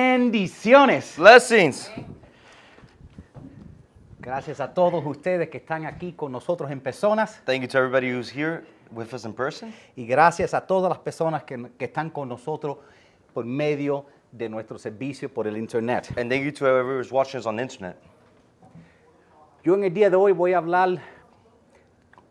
Bendiciones. Blessings. Gracias a todos ustedes que están aquí con nosotros en personas Thank you to everybody who's here with us in person. y gracias a todas las personas que, que están con nosotros por medio de nuestro servicio por el Internet. And thank you to everyone who's watching us on the internet. Yo en el día de hoy voy a hablar,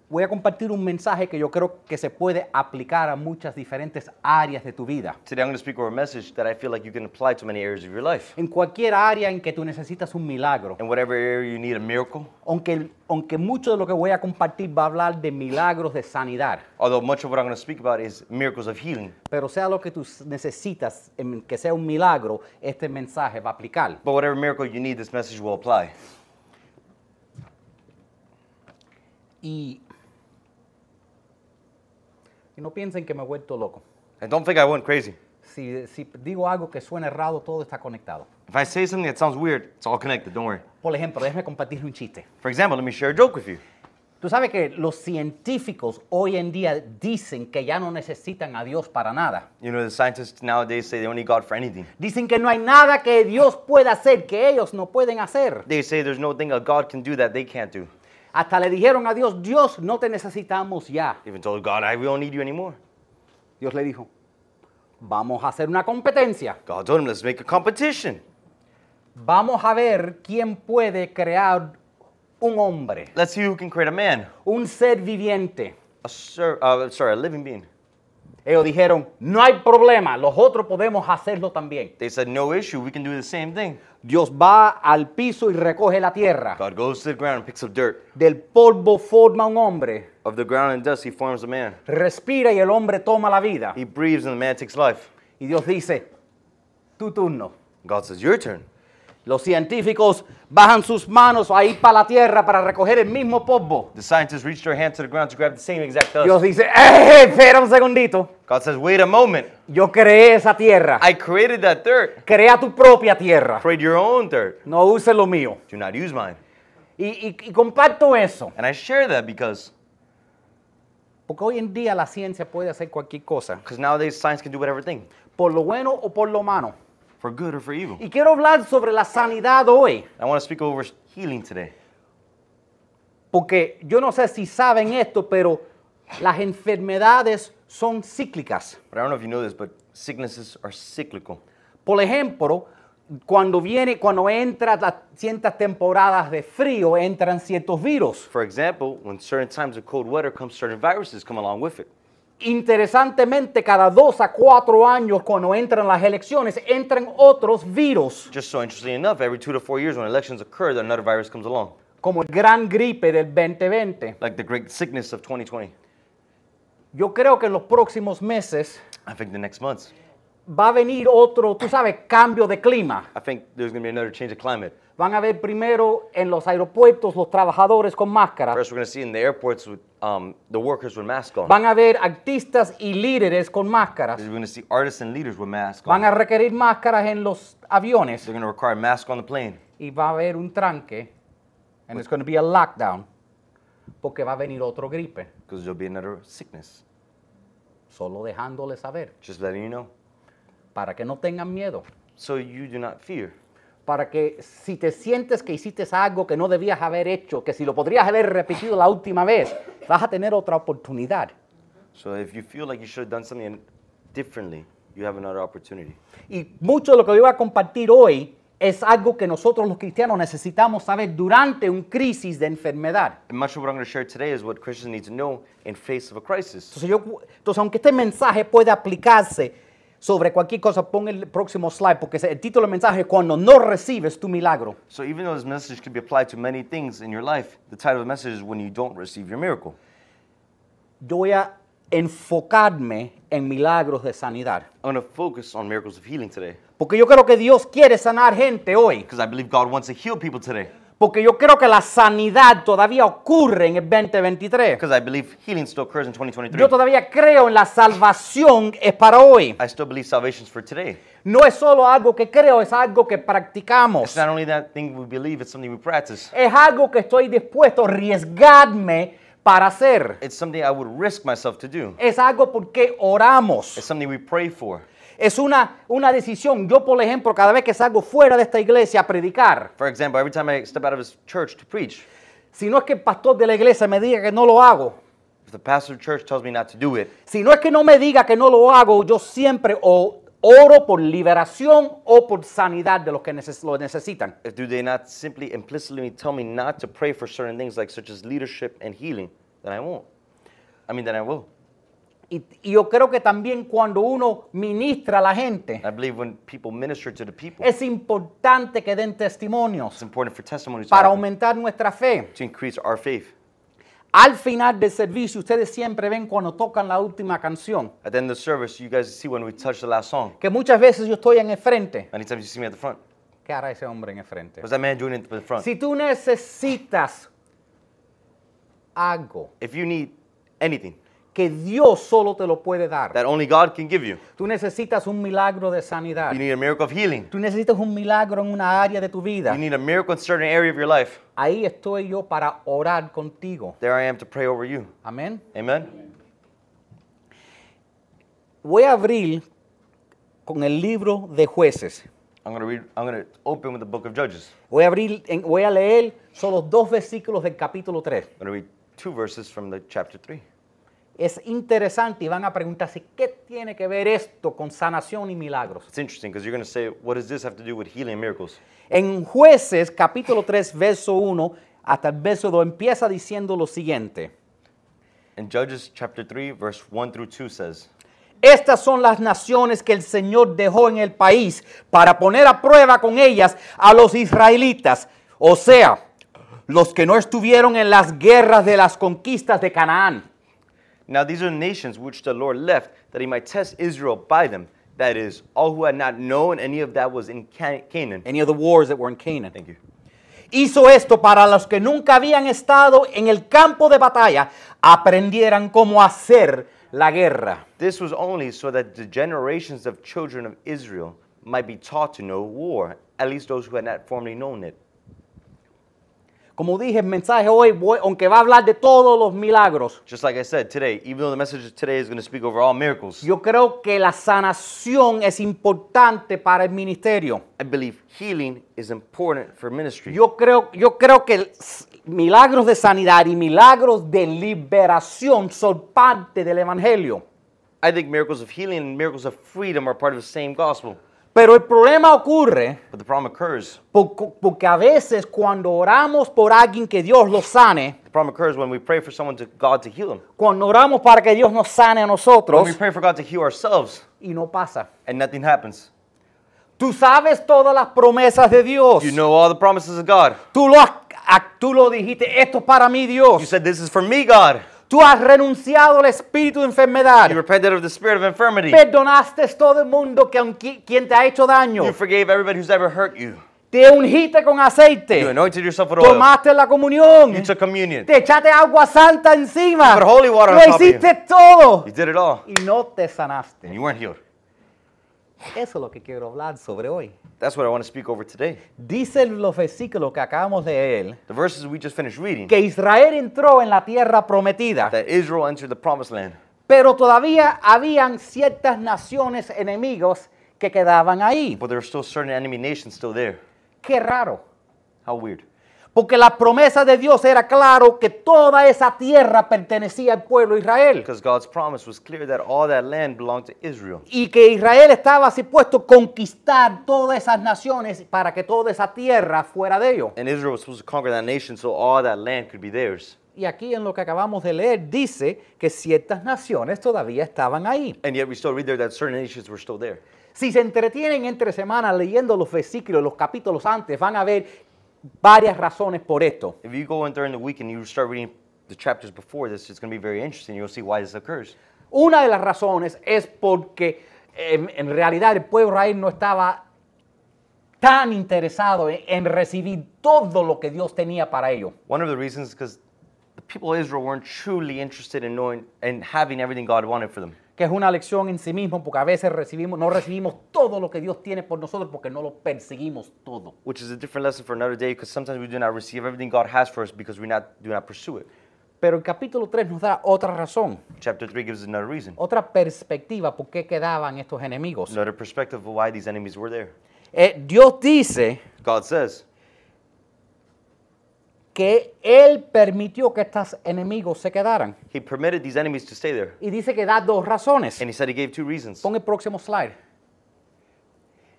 voy a compartir un mensaje que yo creo que se puede aplicar a muchas diferentes áreas de tu vida. Today I'm going to speak over a message that I feel like you can apply to many areas of your life. En cualquier área en que tú necesitas un milagro. In whatever area you need a miracle, Aunque, aunque mucho de lo que voy a compartir va a hablar de milagros de sanidad. although much of what I'm going to speak about is miracles of healing. Pero sea lo que tú necesitas, em, que sea un milagro, este mensaje va a aplicar. But whatever miracle you need, this message will apply. Y, y no piensen que me he vuelto loco. And don't think I went crazy. Si, si digo algo que suena errado, todo está conectado. If I say something that sounds weird, it's all connected, don't worry. Por ejemplo, déjame compartir un chiste. For example, let me share a joke with you. Tú sabes que los científicos hoy en día dicen que ya no necesitan a Dios para nada. You know, the scientists nowadays say they don't need God for anything. Dicen que no hay nada que Dios pueda hacer que ellos no pueden hacer. They say there's no thing that God can do that they can't do. Hasta le dijeron a Dios, Dios, no te necesitamos ya. Even told God, I we don't need you anymore. Dios le dijo, vamos a hacer una competencia. God told him, let's make a competition. Vamos a ver quién puede crear un hombre, Let's see who can create a man. un ser viviente. A ser, uh, sorry, a living being. Ellos dijeron, no hay problema, los otros podemos hacerlo también. They said, no issue, we can do the same thing. Dios va al piso y recoge la tierra. God goes to the ground and picks up dirt. Del polvo forma un hombre, Of the ground and dust, he forms a man. respira y el hombre toma la vida. He breathes and the man takes life. Y Dios dice, tu turno. God says, your turn. Los científicos bajan sus manos ahí para la tierra para recoger el mismo polvo. The scientists reach their hand to the ground to grab the same exact dust. Dios dice, "Eh, espera un segundito. God says, wait a moment. Yo creé esa tierra. I created that dirt. Crea tu propia tierra. Create your own dirt. No uses lo mío. Do not use mine. Y, y- y comparto eso. And I share that because Porque hoy en día la ciencia puede hacer cualquier cosa. because nowadays science can do whatever thing, Por lo bueno o por lo malo. for good or for evil. Y quiero hablar sobre la sanidad hoy. I want to speak over healing today. Porque yo no sé si saben esto, pero las enfermedades son cíclicas. But I don't know if you know this, but sicknesses are cyclical. Por ejemplo, cuando viene, cuando entran las ciertas temporadas de frío, entran ciertos virus. For example, when certain times of cold weather comes, certain viruses come along with it. Interesantemente, cada dos a cuatro años, cuando entran las elecciones, entran otros virus, Just so interestingly enough, every two to four years when elections occur, then another virus comes along, como el gran gripe del 2020. like the great sickness of 2020. Yo creo que en los próximos meses I think the next months, va a venir otro, tú sabes, cambio de clima. I think there's gonna be another change of climate. Van a ver primero en los aeropuertos los trabajadores con máscara. First, we're gonna see in the airports with um, the workers with masks on. Van a ver artistas y líderes con máscaras. We're gonna see artists and leaders with masks on. Van a requerir máscaras en los aviones. They're gonna require masks on the plane. y va a haber un tranque, and it's going to be a lockdown, porque va a venir otro gripe, because there'll be another sickness. solo dejándole saber, Just letting you know. para que no tengan miedo, So you do not fear. para que si te sientes que hiciste algo que no debías haber hecho, que si lo podrías haber repetido la última vez, vas a tener otra oportunidad. So if you feel like you should have done something differently, you have another opportunity. Y mucho de lo que yo voy a compartir hoy es algo que nosotros los cristianos necesitamos saber durante un crisis de enfermedad. And much of what I'm going to share today is what Christians need to know in face of a crisis. Entonces, yo, entonces, aunque este mensaje puede aplicarse sobre cualquier cosa, pon el próximo slide, porque el título del mensaje es Cuando no recibes tu milagro. So even though this message can be applied to many things in your life, the title of the message is When You Don't Receive Your Miracle. Yo voy a enfocarme en milagros de sanidad. I'm going to focus on miracles of healing today Porque yo creo que Dios quiere sanar gente hoy. because I believe God wants to heal people today Porque yo creo que la sanidad todavía ocurre en el 2023. because I believe healing still occurs in 2023. Yo todavía creo en la salvación es para hoy. I still believe salvation's for today. No es solo algo que creo, es algo que practicamos. It's not only that thing we believe, it's something we practice. Es algo que estoy dispuesto a arriesgarme para hacer. It's something I would risk myself to do. Es algo porque It's oramos. something we pray for. Es una, una decisión. Yo, por ejemplo, cada vez que salgo fuera de esta iglesia a predicar, For example, every time I step out of his church to preach, si no es que el pastor de la iglesia me diga que no lo hago, if the pastor of church tells me not to do it, si no es que no me diga que no lo hago, yo siempre o oro por liberación o por sanidad de los que neces- lo necesitan. if- do they not simply implicitly tell me not to pray for certain things like such as leadership and healing, then I won't. I mean, then I will. Y, y yo creo que también cuando uno ministra a la gente, I believe when people minister to the people, es importante que den it's testimonios important for testimonies to para happen, aumentar nuestra fe. to increase our faith. Al final del servicio, ustedes siempre ven cuando tocan la última canción, At the end of the service, you guys see when we touch the last song. que muchas veces yo estoy en el frente. Anytime you see me at the front, ¿Qué hará ese hombre en el frente? what's that man doing at the front? Si tú necesitas algo if you need anything que Dios solo te lo puede dar, that only God can give you, tú necesitas un milagro de sanidad, you need a miracle of healing, tú necesitas un milagro en una área de tu vida, you need a miracle in a certain area of your life, ahí estoy yo para orar contigo. there I am to pray over you. Amén. Amen? Voy a abrir con el libro de jueces. I'm going to read, I'm going to open with the book of Judges. Voy a, abrir, en- voy a leer solo dos versículos del capítulo 3. I'm going to read two verses from the chapter 3. Es interesante y van a preguntarse, ¿qué tiene que ver esto con sanación y milagros? It's interesting because you're going to say, what does this have to do with healing and miracles? En jueces capítulo 3, verso 1 hasta el verso 2 empieza diciendo lo siguiente. In Judges chapter 3, verse 1 through 2 says, Estas son las naciones que el Señor dejó en el país para poner a prueba con ellas a los israelitas, o sea, los que no estuvieron en las guerras de las conquistas de Canaán. Now these are nations which the Lord left, that he might test Israel by them. That is, all who had not known any of that was in Can- Canaan. Any of the wars that were in Canaan. Thank you. Hizo esto para los que nunca habían estado en el campo de batalla, aprendieran cómo hacer la guerra. This was only so that the generations of children of Israel might be taught to know war, at least those who had not formerly known it. Como dije, el mensaje hoy, voy- aunque va a hablar de todos los milagros, Just like I said today, even though the message today is going to speak over all miracles, yo creo que la sanación es importante para el ministerio. I believe healing is important for ministry. Yo creo, yo creo que el s- milagros de sanidad y milagros de liberación son parte del Evangelio. I think miracles of healing and miracles of freedom are part of the same gospel. Pero el problema ocurre But the problem occurs. por- porque a veces cuando oramos por alguien que Dios lo sane, The problem occurs when we pray for someone to God to heal them. cuando oramos para que Dios nos sane a When we nosotros pray for God to heal ourselves y no pasa. and nothing happens. Tú sabes todas las promesas de Dios. You know all the promises of God. Tú lo, has- a- tú lo dijiste, esto es para mí You Dios. said, This is for me, God. Tú has renunciado al espíritu de enfermedad. You repented of the spirit of infirmity. Perdonaste todo el mundo que aunque- quien te ha hecho daño. You forgave everybody who's ever hurt you. Te ungiste con You aceite. anointed yourself with oil. Tomaste la comunión. You took communion. Te echaste agua santa encima. You put holy water Lo on top of hiciste todo. You did it all. Y no te And sanaste. you weren't healed. Eso es lo que quiero hablar sobre hoy. That's what I want to speak over today. Dicen los versículos que acabamos de leer The verses we just finished reading que Israel entró en la tierra prometida, that Israel entered the promised land. pero todavía habían ciertas naciones enemigos que quedaban ahí. But there are still certain enemy nations still there. Qué raro. How weird. Porque la promesa de Dios era claro que toda esa tierra pertenecía al pueblo de Israel. Because God's promise was clear that all that land belonged to Israel. y que Israel estaba dispuesto a conquistar todas esas naciones para que toda esa tierra fuera de ellos. And Israel was supposed to conquer that nation so all that land could be theirs. Y aquí en lo que acabamos de leer dice que ciertas naciones todavía estaban ahí. And yet we still read there that certain nations were still there. Si se entretienen entre semanas leyendo los versículos, los capítulos antes, van a ver varias razones por esto. If you go in during the week and you start reading the chapters before this, it's going to be very interesting. You'll see why this occurs. Una de las razones es porque en, en realidad el pueblo de Israel no estaba tan interesado en- en recibir todo lo que Dios tenía para ellos. One of the reasons is because the people of Israel weren't truly interested in knowing and having everything God wanted for them. que es una lección en sí mismo, porque a veces recibimos, no recibimos todo lo que Dios tiene por nosotros porque no lo perseguimos todo. Which is a different lesson for another day because sometimes we do not receive everything God has for us because we not, do not pursue it. Pero el capítulo 3 nos da otra razón, Chapter 3 gives us another reason, otra perspectiva por qué quedaban estos enemigos. another perspective of why these enemies were there. Eh, Dios dice God says que Él permitió que estos enemigos se quedaran. He permitted these enemies to stay there. Y dice que da dos razones. And He said He gave two reasons. Pon el próximo slide.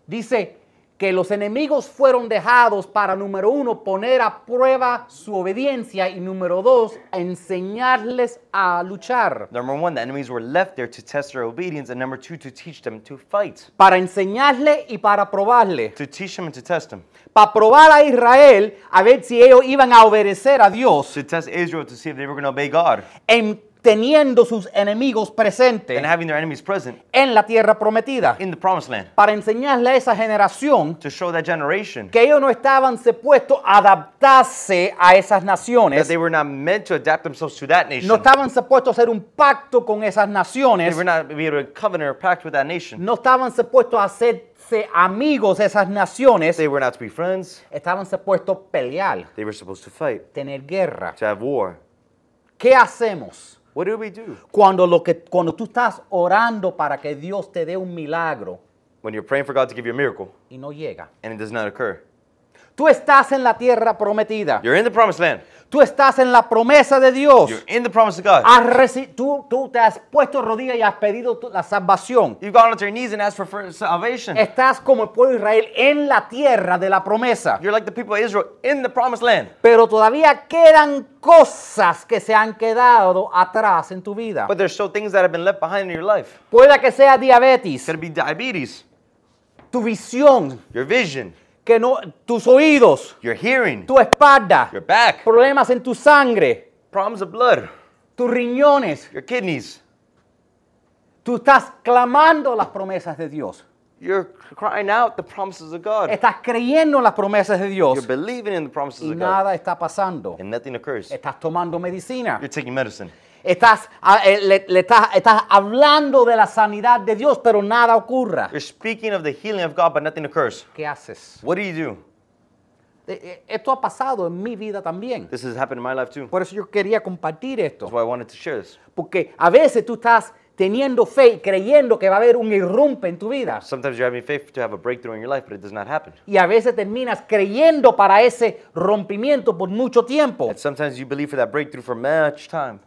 Dice que los enemigos fueron dejados para, número uno, poner a prueba su obediencia y, número dos, enseñarles a luchar. Number one, the enemies were left there to test their obedience, and number two, to teach them to fight. Para enseñarle y para probarle. To teach them and to test them. Para probar a Israel a ver si ellos iban a obedecer a Dios To test Israel to see if they were going to obey God. en teniendo sus enemigos presentes And having their enemies present en la tierra prometida. in the promised land. Para enseñarle a esa generación To show that generation que ellos no estaban supuestos a adaptarse a esas that naciones, they were not meant to adapt themselves to that nation. no estaban supuestos a hacer un pacto con esas They naciones, were not be able to covenant or pact with that nation. no estaban supuestos a hacerse amigos de esas naciones, They were not to be friends. estaban supuestos a pelear, They were supposed to fight, tener guerra. to have war. ¿Qué hacemos What do we do? cuando, lo que, cuando tú estás orando para que Dios te dé un milagro When you're praying for God to give you a miracle y no llega? and it does not occur. Tú estás en la tierra prometida, You're in the promised land. tú estás en la promesa de Dios. You're in the promise of God. Has reci- tú, tú te has puesto rodillas y has pedido tu- la salvación. You've gone onto your knees and asked for for salvation. Estás como el pueblo de Israel en la tierra de la promesa. You're like the people of Israel in the promised land. Pero todavía quedan cosas que se han quedado atrás en tu vida. But there's still things that have been left behind in your life. Puede que sea diabetes, Could it be diabetes, tu visión, your vision, que no, tus oídos, your hearing, tu espalda, your back, problemas en tu sangre, problems of blood, tus riñones. your kidneys. Tú estás clamando las promesas de Dios. You're crying out the promises of God. Estás creyendo en las promesas de You're Dios. believing in the promises Y of God. nada está pasando. And nothing occurs. Estás tomando medicina. You're taking medicine. Estás, ah, eh, le, le estás, estás hablando de la sanidad de Dios, pero nada ocurra. You're speaking of the healing of God, but nothing occurs. ¿Qué haces? What do you do? Eh, eh, Esto ha pasado en mi vida también. This has happened in my life too. Por eso yo quería compartir That's esto. why I wanted to share this. Porque a veces tú estás teniendo fe y creyendo que va a haber un irrumpe en tu vida. Sometimes you're having faith to have a breakthrough in your life, but it does not happen. Y a veces terminas creyendo para ese rompimiento por mucho tiempo. And sometimes you believe for that breakthrough for much time.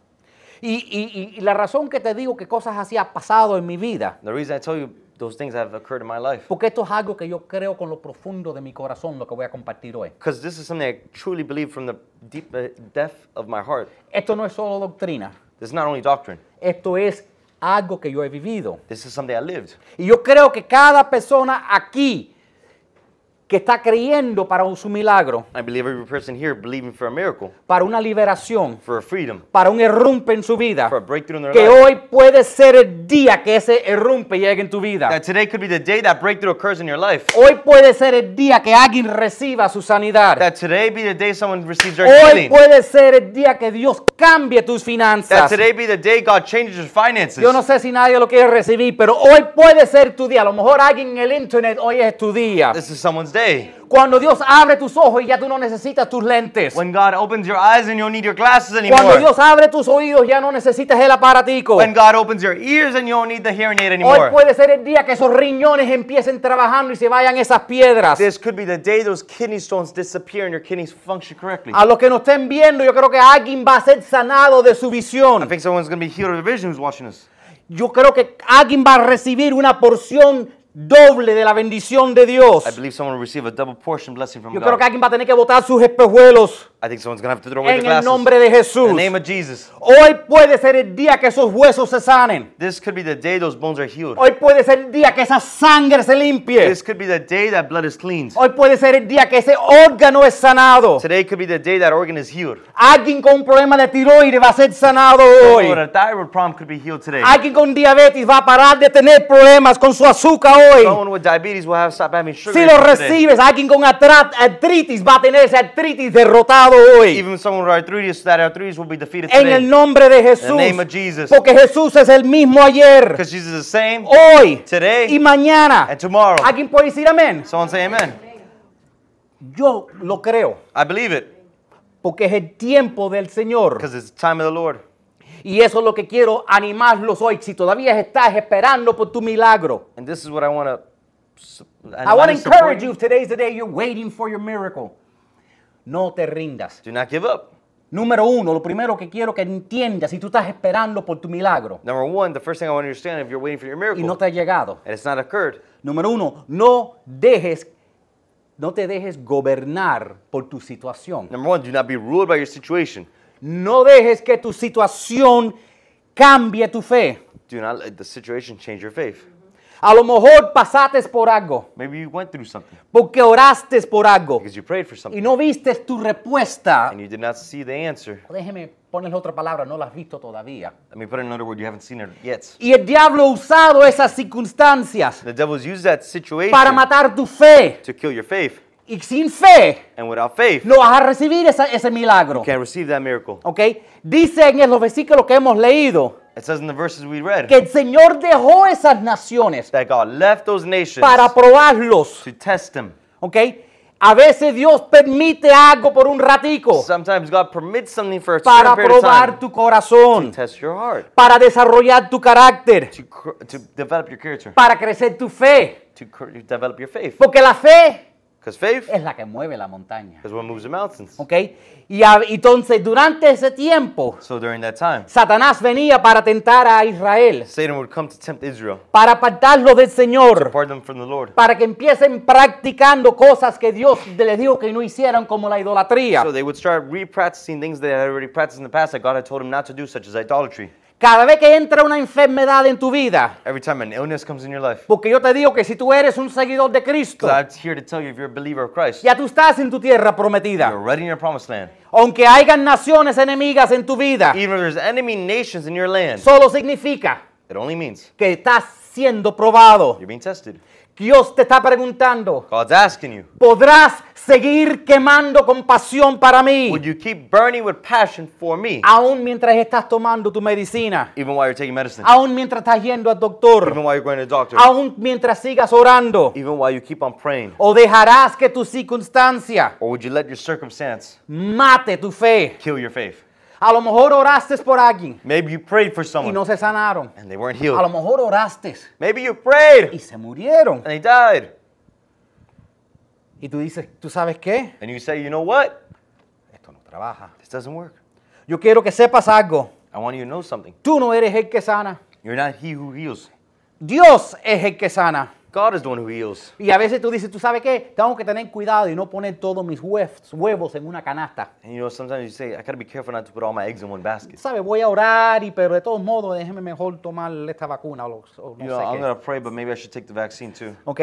Y, y- y- y la razón que te digo que cosas así ha pasado en mi vida, The reason I tell you those things have occurred in my life, porque esto es algo que yo creo con lo profundo de mi corazón, lo que voy a compartir hoy. because this is something I truly believe from the deep uh, depth of my heart. Esto no es solo doctrina. This is not only doctrine. Esto es algo que yo he vivido. This is something I lived. Y yo creo que cada persona aquí que está creyendo para un, su milagro, I believe every person here believing for a miracle, para una liberación, for a freedom, para un errumpe en su vida, for a breakthrough in their que life. hoy puede ser el día que ese errumpe llegue en tu vida. That today could be the day that breakthrough occurs in your life. Hoy puede ser el día que alguien reciba su sanidad. That today be the day someone receives their Hoy healing. puede ser el día que Dios cambie tus That finanzas. today be the day God changes your finances. Yo no sé si nadie lo quiere recibir, pero hoy puede ser tu día. A lo mejor alguien en el internet, hoy es tu día. This is someone's day. Cuando Dios abre tus ojos y ya tú no necesitas tus lentes. When God opens your eyes and you don't need your glasses Cuando anymore. Dios abre tus oídos ya no necesitas el aparatico. When God opens your ears and you don't need the hearing aid Hoy anymore. puede ser el día que esos riñones empiecen trabajando y se vayan esas piedras. This could be the day those kidney stones disappear and your kidneys function correctly. A los que nos estén viendo, yo creo que alguien va a ser sanado de su I visión. think someone's going to be healed of the vision who's watching us. Yo creo que alguien va a recibir una porción doble de la bendición de Dios. I believe someone will receive a double portion blessing from Yo creo que God. alguien va a tener que botar sus espejuelos I think someone's going to have to throw away en the el glasses. nombre de In Jesús. the name of Jesus. Hoy puede ser el día que esos huesos se sanen. This could be the day those bones are healed. Hoy puede ser el día que esa sangre se limpie. This could be the day that blood is cleansed. Hoy puede ser el día que ese órgano es sanado. Today could be the day that organ is healed. Alguien con un problema de tiroides va a ser sanado hoy. Someone with a thyroid problem could be healed today. Alguien con diabetes va a parar de tener problemas con su azúcar hoy. Someone with diabetes will have stop having sugar. Si lo issues today. recibes, alguien con atra- artritis va a tener esa artritis derrotado hoy. Even someone with arthritis, that arthritis will be defeated En el today. nombre de In the name Jesús. of Jesus. Porque Jesús es el mismo ayer, Because Jesus is the same hoy Today. y mañana. and tomorrow. Alguien puede decir amén. Someone say amen. Yo lo creo. I believe it. porque es el tiempo del Señor. because it's the time of the Lord. Y eso es lo que quiero animarlos hoy. Si todavía estás esperando por tu milagro, And this is what I want to. I want to encourage you. If today's the day you're waiting for your miracle, no te rindas. Do not give up. Número uno, lo primero que quiero que entiendas, si tú estás esperando por tu milagro Number one, the first thing I want to understand if you're waiting for your y miracle no te ha llegado, and it's not occurred, número uno, no dejes, no te dejes gobernar por tu situación. number one, do not be ruled by your situation. No dejes que tu situación cambie tu fe. Do not let the situation change your faith. A lo mejor pasaste por algo, Maybe you went through something porque oraste por algo because you prayed for y something no viste tu respuesta. and you did not see the answer. Déjeme ponerle otra palabra, no la has visto todavía. Let me put it in another word, you haven't seen it yet. Y el diablo ha usado esas circunstancias The devil's used that para situation matar tu fe. to kill your faith. Y sin fe And without faith, you no vas a recibir esa- ese milagro. can't receive that miracle. ¿Ok? Dice en los versículos que hemos leído It says in the verses we read que el Señor dejó esas naciones that God left those nations para probarlos. to test them. ¿Ok? A veces Dios permite algo por un ratico Sometimes God permits something for a certain para period of time probar tu corazón, to test your heart, para desarrollar tu carácter, to, cr- to develop your character, para crecer tu fe. to cr- to develop your faith. Porque la fe Because faith es la que mueve la montaña. is what moves the mountains. ¿Ok? Y a- entonces, durante ese tiempo, So during that time, Satanás venía para tentar a Israel, Satan would come to tempt Israel, para apartarlo del Señor, apart them from the Lord. para que empiecen practicando cosas que Dios les dijo que no hicieran, como la idolatría. So they would start re-practicing things they had already practiced in the past that God had told them not to do, such as idolatry. Cada vez que entra una enfermedad en tu vida, Every time an illness comes in your life, Porque yo te digo que si tú eres un seguidor de Cristo, because I'm here to tell you, if you're a believer of Christ, ya tú estás en tu tierra prometida. you're already in your promised land. Aunque hayan naciones enemigas en tu vida, Even if there's enemy nations in your land, solo significa it only means que estás siendo probado. you're being tested. Dios te está preguntando, God's asking you, ¿podrás seguir quemando con pasión para mí? would you keep burning with passion for me, Aún mientras estás tomando tu medicina, even while you're taking medicine, aún mientras estás yendo al even doctor, while you're going to the doctor, aún mientras sigas orando, even while you keep on praying? o dejarás que tu circunstancia Or would you let your circumstance mate tu fe. kill your faith? A lo mejor oraste por alguien Maybe you prayed for y someone no se sanaron. and they weren't A lo healed. mejor oraste Maybe you prayed y se murieron. and they died. Y tú dices, ¿tú sabes qué? And you say, you know what? Esto no trabaja. This doesn't work. Yo quiero que sepas algo. I want you to know something. Tú no eres el que sana. You're not he who heals. Dios es el que sana. God is the one who heals. Y a veces tú dices, ¿tú sabes qué? Tengo que tener cuidado y no poner todos mis huevos, huevos en una canasta. And you know, sometimes you say, I gotta be careful not to put all my eggs in one basket. ¿Sabes? Voy a orar, y, pero de todos modos déjeme mejor tomar esta vacuna o, lo- o no You know, I'm sé qué. gonna pray, but maybe I should take the vaccine too. ¿Ok?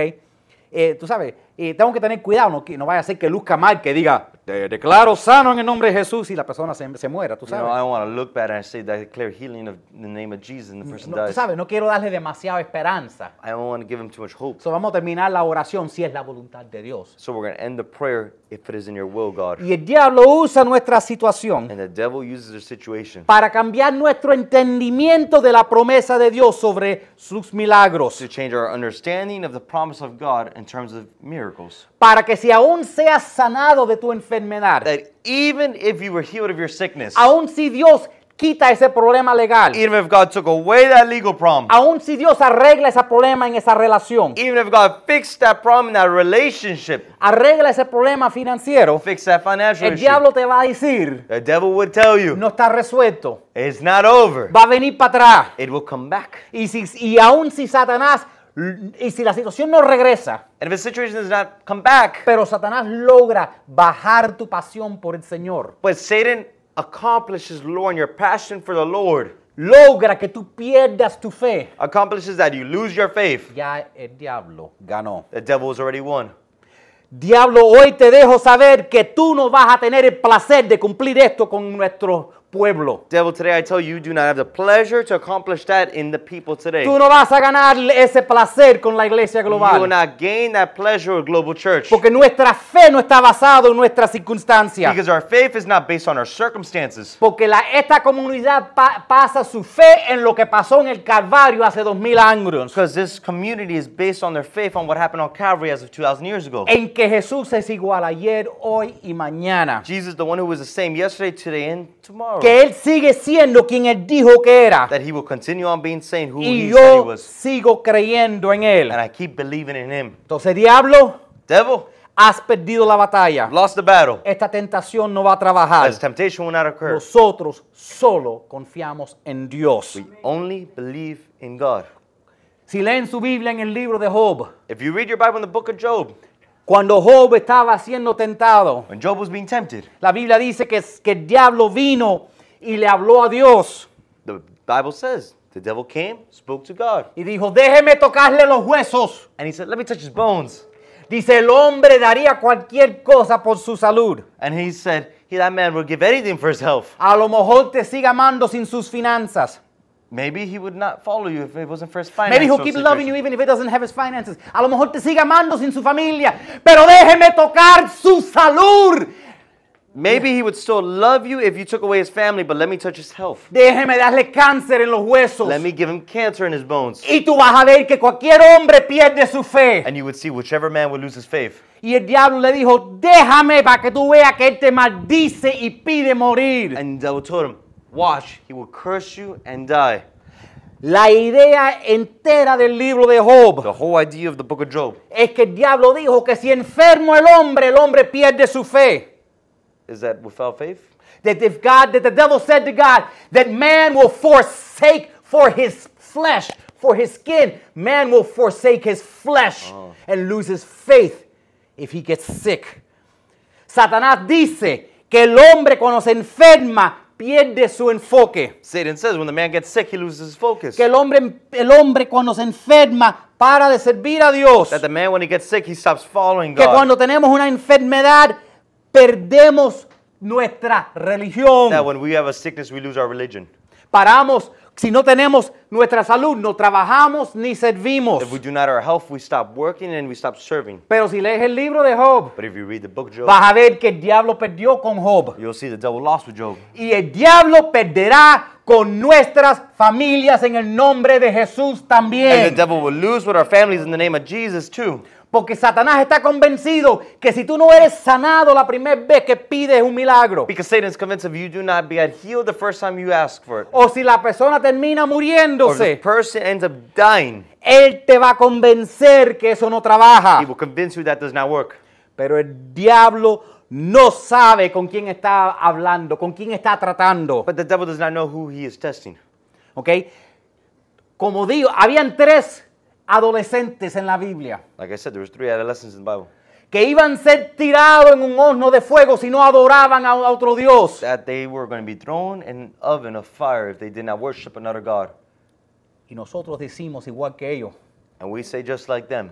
Eh, tú sabes, eh, tengo que tener cuidado, no, que- no vaya a ser que luzca mal, que diga, "Te declaro sano en el nombre de Jesús y la persona se, se muera, tú You know, sabes. I don't wanna look bad and I say that I declare healing of in the name of Jesus and the person No, tú dies. sabes, no quiero darle demasiada esperanza. I don't wanna give him too much hope. So, vamos a terminar la oración si es la voluntad de Dios. So we're gonna end the prayer if it is in your will, God. Y el diablo usa nuestra situación And the devil uses their situation para cambiar nuestro entendimiento de la promesa de Dios sobre sus milagros. to change our understanding of the promise of God in terms of miracles. Para que si aún seas sanado de tu enfermedad, That even if you were healed of your sickness, aún si Dios quita ese problema legal, even if God took away that legal problem, aún si Dios arregla ese problema en esa relación, even if God fixed that problem in that relationship, arregla ese problema financiero, fixed that financial el issue, diablo te va a decir, the devil would tell you, no está resuelto, it's not over. va a venir para atrás. It will come back. Y, si, y aún si Satanás, y si la situación no regresa, And if a situation does not come back, pero Satanás logra bajar tu pasión por el Señor, but Satan accomplishes, Lord, your passion for the Lord logra que tú pierdas tu fe, accomplishes that you lose your faith. ya el diablo ganó. The devil has already won. Diablo, hoy te dejo saber que tú no vas a tener el placer de cumplir esto con nuestros pueblo. Devil, today I tell you, you do not have the pleasure to accomplish that in the people today. Tú no vas a ganar ese placer con la iglesia You will global. not gain that pleasure with global church. Porque nuestra fe no está basada en nuestras circunstancias. Because our faith is not based on our circumstances. Porque la, esta comunidad pa- pasa su fe en lo que pasó en el Calvario hace dos mil años. Because this community is based on their faith on what happened on Calvary as of 2,000 years ago. En que Jesús es igual ayer, hoy y mañana. Jesus, the one who was the same yesterday, today, and tomorrow. Que Él sigue siendo quien Él dijo que era. That he will continue on being same who Y he said he yo was. sigo creyendo en Él. And I keep believing in him. Entonces, diablo, Devil, has perdido la batalla. I've lost the battle. Esta tentación no va a trabajar. This temptation will not occur. Nosotros solo confiamos en Dios. We only believe in God. Si leen su Biblia en el libro de Job, If you read your Bible in the book of Job, cuando Job estaba siendo tentado, when Job was being tempted, la Biblia dice que, que el diablo vino y le habló a Dios the Bible says the devil came, spoke to God, y dijo, déjeme tocarle los huesos. and he said, Let me touch his bones. Dice, el hombre daría cualquier cosa por su salud. And he said, "He- That man would give anything for his health. A lo mejor te sigue amando sin sus finanzas. Maybe he would not follow you if it wasn't for his Maybe financial he'll keep loving you situation. even if he doesn't have his finances. A lo mejor te sigue amando sin su familia, pero déjeme tocar su salud. Maybe he would still love you if you took away his family, but let me touch his health. Déjeme darle cáncer en los huesos. Let me give him cancer in his bones. Y tú vas a ver que cualquier hombre pierde su fe. And you would see whichever man would lose his faith. Y el diablo le dijo, déjame para que tú veas que él te maldice y pide morir. And the devil told him, Watch, he will curse you and die. La idea entera del libro de The Job whole idea of the book of Job es que el diablo dijo que si enfermo el hombre, el hombre pierde su fe. is that without faith, That if God, that the devil said to God, that man will forsake for his flesh, for his skin, man will forsake his flesh Oh. and lose his faith if he gets sick. Satanás dice que el hombre cuando se enferma pierde su enfoque. Satan says when the man gets sick, he loses his focus. Que el hombre, el hombre cuando se enferma para de servir a Dios. That the man, when he gets sick, he stops following Que God. cuando tenemos una enfermedad perdemos nuestra religión. That when we have a sickness, we lose our religion. Paramos. Si no tenemos nuestra salud, no trabajamos ni servimos. If we do not our health, we stop working and we stop serving. Pero si lees el libro de Job, But if you read the book of Job, vas a ver que el diablo perdió con Job. you'll see the devil lost with Job. Y el diablo perderá con nuestras familias en el nombre de Jesús And the también. devil will lose with our families in the name of Jesus too. Porque Satanás está convencido que si tú no eres sanado la primera vez que pides un milagro, Because Satan's convinced if you do not be healed the first time you ask for it, o si la persona termina or if the muriéndose, person ends up dying, él te va a convencer que eso no trabaja. he will convince you that does not work. Pero el diablo no sabe con quién está hablando, con quién está tratando. But the devil does not know who he is testing. ¿Ok? Como digo, habían tres adolescentes en la Biblia Like I said, there was three adolescents in the Bible que iban a ser tirados en un horno de fuego si no adoraban a a otro Dios. that they were going to be thrown in an oven of fire if they did not worship another god. Y nosotros decimos igual que ellos. And we say just like them,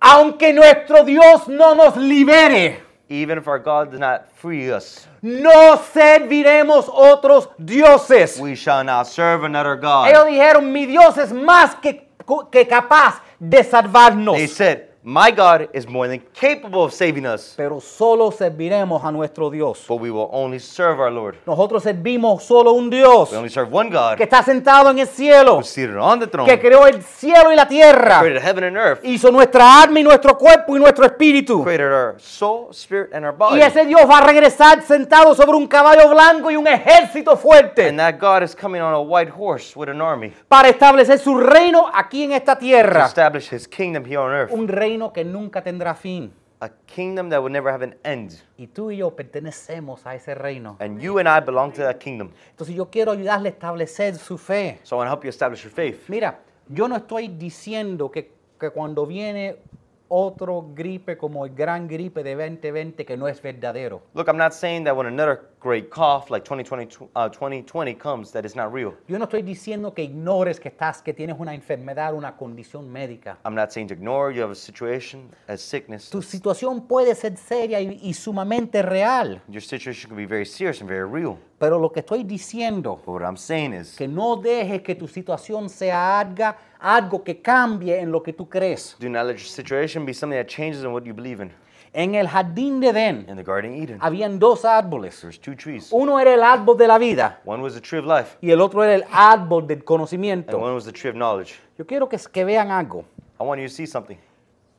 Aunque nuestro Dios no nos libere, even if our God does not free us, no serviremos otros dioses. we shall not serve another Ellos god. dijeron, mi Dios es más que, que capaz de salvarnos. They said, "My God is more than capable of saving us, pero solo serviremos a nuestro Dios. but we will only serve our Lord. Nosotros servimos solo un Dios We only serve one God." que está sentado en el cielo, who's seated on the throne, que creó el cielo y la tierra, created heaven and earth, hizo nuestra alma y nuestro cuerpo y nuestro espíritu. created our soul, spirit, and our Y body. ese Dios va a regresar sentado sobre un caballo blanco y un ejército And fuerte that God is coming on a white horse with an army para establecer su reino aquí en esta to tierra. establish his kingdom here on earth. Un reino que nunca tendrá fin. A kingdom that will never have an end. Y tú y yo pertenecemos a ese reino. And you and I belong to that kingdom. Entonces yo quiero ayudarle a establecer su fe. So I want to help you establish your faith. Mira, yo no estoy diciendo que, que cuando viene otro gripe como el gran gripe de 2020 que no es verdadero. Look, I'm not saying that when another great cough like 2020, uh, 2020 comes that it's not real. Yo no estoy diciendo que ignores que estás, que tienes una enfermedad, una condición médica. I'm not saying to ignore you have a situation, a sickness. Tu situación puede ser seria y, y sumamente real, Your situation can be very serious and very real. Pero lo que estoy diciendo But what I'm saying is que no dejes que tu situación sea algo, algo que cambie en lo que tú crees. do not let your situation be something that changes in what you believe in. En el jardín de Edén In the Garden of Eden, habían dos árboles. there's two trees. Uno era el árbol de la vida One was the tree of life, y el otro era el árbol del and conocimiento. one was the tree of knowledge. Yo quiero que, que vean algo. I want you to see something.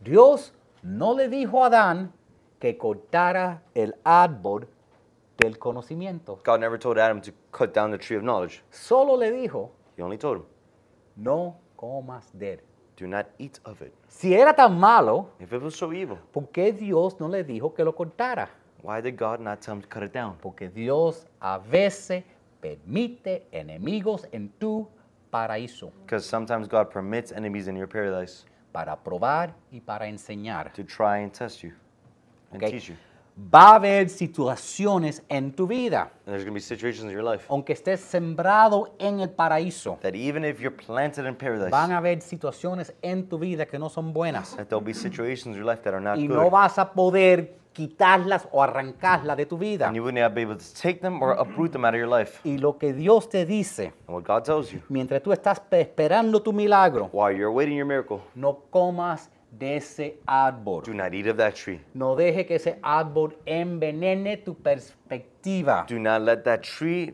Dios no le dijo a Adán que cortara el árbol del conocimiento. God never told Adam to cut down the tree of knowledge. Solo le dijo, He only told him, no comas de él. do not eat of it. Si era tan malo, If it was so evil, ¿por qué Dios no le dijo que lo cortara? why did God not tell him to cut it down? Porque Dios a veces permite enemigos en tu paraíso Because sometimes God permits enemies in your paradise para probar y para enseñar. to try and test you and ¿ok? teach you. Va a haber situaciones en tu vida, And there's going to be situations in your life aunque estés sembrado en el paraíso. that even if you're planted in paradise, Van a haber situaciones en tu vida que no son buenas that there'll be situations in your life that are not y good. no vas a poder quitarlas o arrancarlas de tu vida. and you would not be able to take them or uproot them out of your life. Y lo que Dios te dice, And what God tells you, mientras tú estás pe- esperando tu milagro, while you're awaiting your miracle, no comas de ese árbol. do not eat of that tree. No deje que ese árbol envenene tu perspectiva. Do not let that tree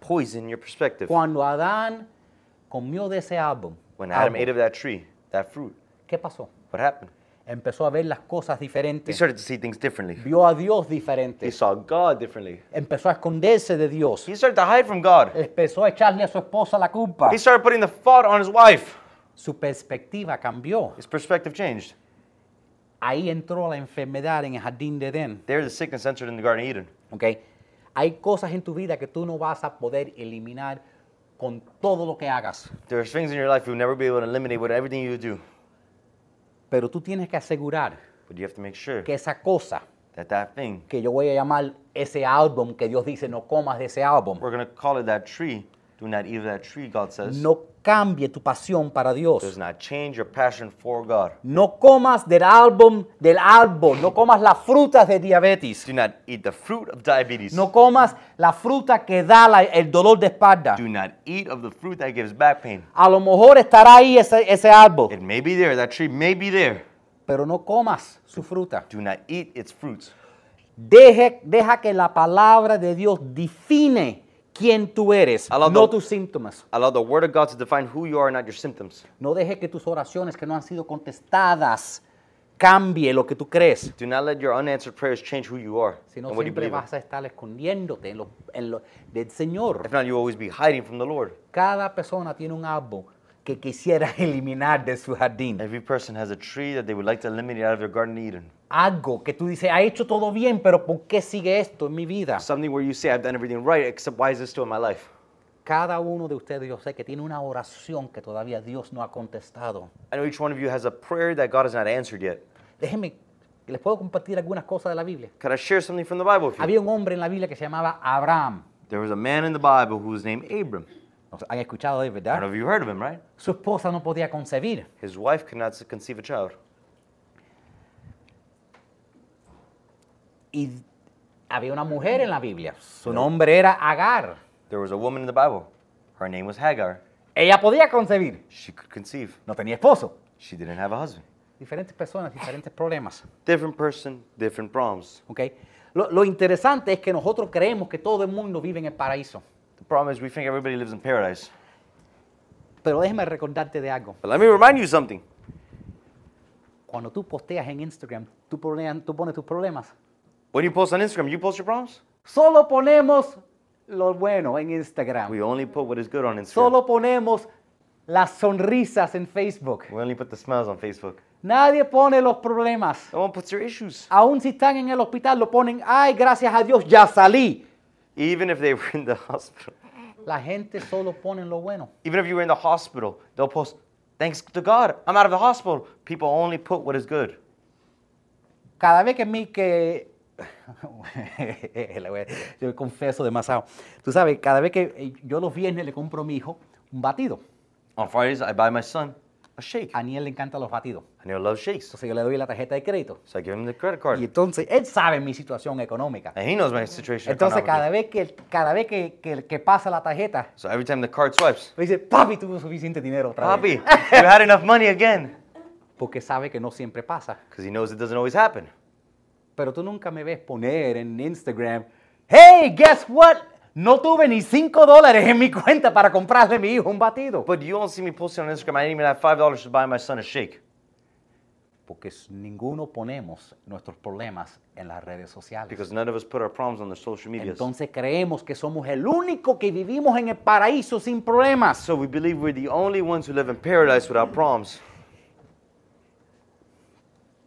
poison your perspective. Cuando Adán comió de ese árbol, When Adam árbol, ate of that tree, that fruit, ¿qué pasó? what happened? Empezó a ver las cosas He diferentes. started to see things differently. Vio a Dios He diferente. saw God differently. Empezó a esconderse de Dios. He started to hide from God. Empezó a echarle a su esposa la culpa. He started putting the fault on his wife. Su perspectiva cambió. His perspective changed. Ahí entró la enfermedad en el jardín de Edén. There, the sickness entered in the Garden of Eden. ¿ok? Hay cosas en tu vida que tú no vas a poder eliminar con todo lo que hagas. There's things in your life you'll never be able to eliminate with everything you do. Pero tú tienes que asegurar But you have to make sure que esa cosa that that thing, que yo voy a llamar ese álbum que Dios dice no comas de ese álbum, we're going to call it that tree. Do not eat of that tree, God says. no cambie tu pasión para Does Dios. not change your passion for God. No comas del álbum del árbol, no comas las frutas de diabetes, Do not eat the fruit of diabetes. no comas la fruta que da la- el dolor de espalda. Do not eat of the fruit that gives back pain. A lo mejor estará ahí ese, ese árbol, It may be there, that tree may be there. pero no comas su fruta. Do not eat its fruits. Deje- deja que la palabra de Dios define quién tú eres, Aló, no doc- tus síntomas. Allow the word of God to define who you are, not your symptoms. No deje que tus oraciones que no han sido contestadas cambie lo que tú crees, Do not let your unanswered prayers change who you are sino and what you siempre believe in. vas a estar escondiéndote en lo- en lo- del If Señor. not, you will always be hiding from the Lord. Cada persona tiene un árbol que quisiera eliminar de su jardín. Every person has a tree that they would like to eliminate out of their Garden of Eden. Algo que tú dices, ha hecho todo bien, pero ¿por qué sigue esto en mi vida? Something where you say, I've done everything right, except why is this still in my life? Cada uno de ustedes, yo sé que tiene una oración que todavía Dios no ha contestado. I know each one of you has a prayer that God has not answered yet. Déjenme, les puedo compartir algunas cosas de la Biblia. Could I share something from the Bible with you? Había un hombre en la Biblia que se llamaba Abraham. There was a man in the Bible who was named Abram. O sea, Han escuchado de él, I don't ¿verdad? know if you heard of him, right? Su esposa no podía concebir. His wife could not conceive a child. Y había una mujer en la Biblia. Su nombre era Agar. There was a woman in the Bible. Her name was Hagar. Ella podía concebir. She could conceive. No tenía esposo. She didn't have a husband. Diferentes personas, diferentes problemas. Different person, different problems. ¿ok? Lo, lo interesante es que nosotros creemos que todo el mundo vive en el paraíso. The problem is we think everybody lives in paradise. Pero déjeme recordarte de algo. But let me remind you something. Cuando tú posteas en Instagram, tú, poneas- tú pones tus problemas. When you post on Instagram, you post your problems? Solo ponemos lo bueno en Instagram. We only put what is good on Instagram. Solo ponemos las sonrisas en Facebook. We only put the smiles on Facebook. Nadie pone los problemas. No one puts their issues. Aún si están en el hospital, lo ponen, ay, gracias a Dios, ya salí. Even if they were in the hospital. La gente solo pone lo bueno. Even if you were in the hospital, they'll post, thanks to God, I'm out of the hospital. People only put what is good. Cada vez que mi que... Le voy a- yo confieso demasiado. Tú sabes, cada vez que eh, yo los viernes le compro a mi hijo un batido. On Fridays, I buy my son a shake. A Aniel le encantan los batidos. Anil loves shakes. Entonces yo le doy la tarjeta de crédito. So I give him the credit Y card. entonces él sabe mi situación económica. And he knows my situation. Entonces economically. cada vez que, cada vez que, que, que pasa la tarjeta, So every time the card swipes, me dice, papi, tuvo suficiente dinero otra Papi, vez. you had enough money again. Porque sabe que no siempre pasa. Because he knows it doesn't always happen. Pero tú nunca me ves poner en Instagram, hey, guess what? No tuve ni 5 dólares en mi cuenta para comprarle a mi hijo un batido. But you don't see me posting on Instagram, I didn't even have $5 to buy my son a shake. Porque s- ninguno ponemos nuestros problemas en las redes sociales. Because none of us put our problems on the social media. Entonces creemos que somos el único que vivimos en el paraíso sin problemas. So we believe we're the only ones who live in paradise without problems.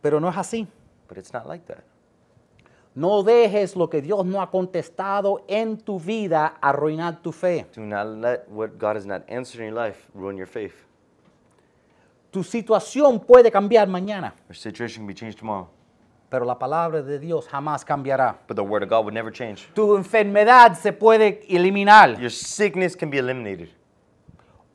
Pero no es así. But it's not like that. No dejes lo que Dios no ha contestado en tu vida arruinar tu fe. Do not let what God has not answered in your life ruin your faith. Tu situación puede cambiar mañana, Your situation can be changed tomorrow. pero la palabra de Dios jamás cambiará. But the word of God would never change. Tu enfermedad se puede eliminar. Your sickness can be eliminated.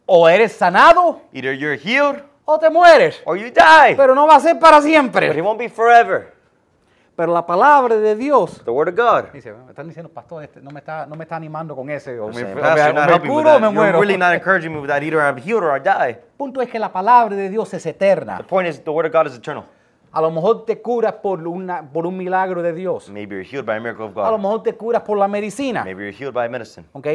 O eres sanado Either you're healed o te mueres. or you die. Pero no va a ser para But it siempre. won't be forever. Pero la palabra de Dios. The word of God. Dice, me están diciendo, pastor, este, no, me está, no me está animando con ese. O I'm me, saying, o me- Pastor, you're o not me helping me with curo o me that. You're muero. really not encouraging me with that. Either I'm healed or I die. punto es que la palabra de Dios es The eterna. point is, the word of God is eternal. A lo mejor te curas por, una, por un milagro de Dios. Maybe you're healed by a miracle of A lo God. mejor te curas por la medicina. Maybe you're healed by medicine. ¿ok?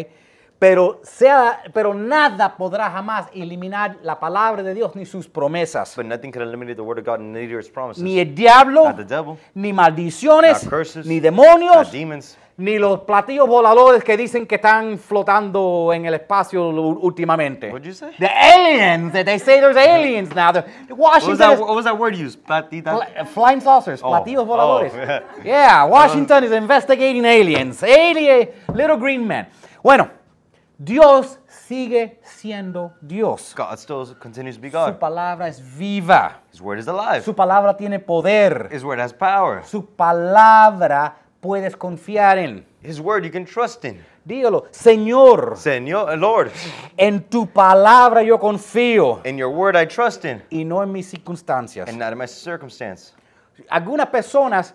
Pero, sea, pero nada podrá jamás eliminar la palabra de Dios ni sus promesas. But nothing can eliminate the word of God and neither its promises. Ni el diablo, Not the devil. ni maldiciones, Not curses. ni Not demonios, demons. ni los platillos voladores que dicen que están flotando en el espacio u- últimamente. What'd you say? The aliens, that they say there's aliens now. The- What was, Washington that, is- what was that word used? Platita? Pla- Flying saucers, Oh, platillos oh. voladores. Yeah, Washington is investigating aliens. Alien, little green man. Bueno, Dios sigue siendo Dios. God still continues to be Su God. palabra es viva. His word is alive. Su palabra tiene poder. His word has power. Su palabra puedes confiar en. His word you can trust in. Dígalo, Señor, Señor, eh, Lord, en tu palabra yo confío in your word I trust in, y no en mis circunstancias. and not in my circumstance. Algunas personas,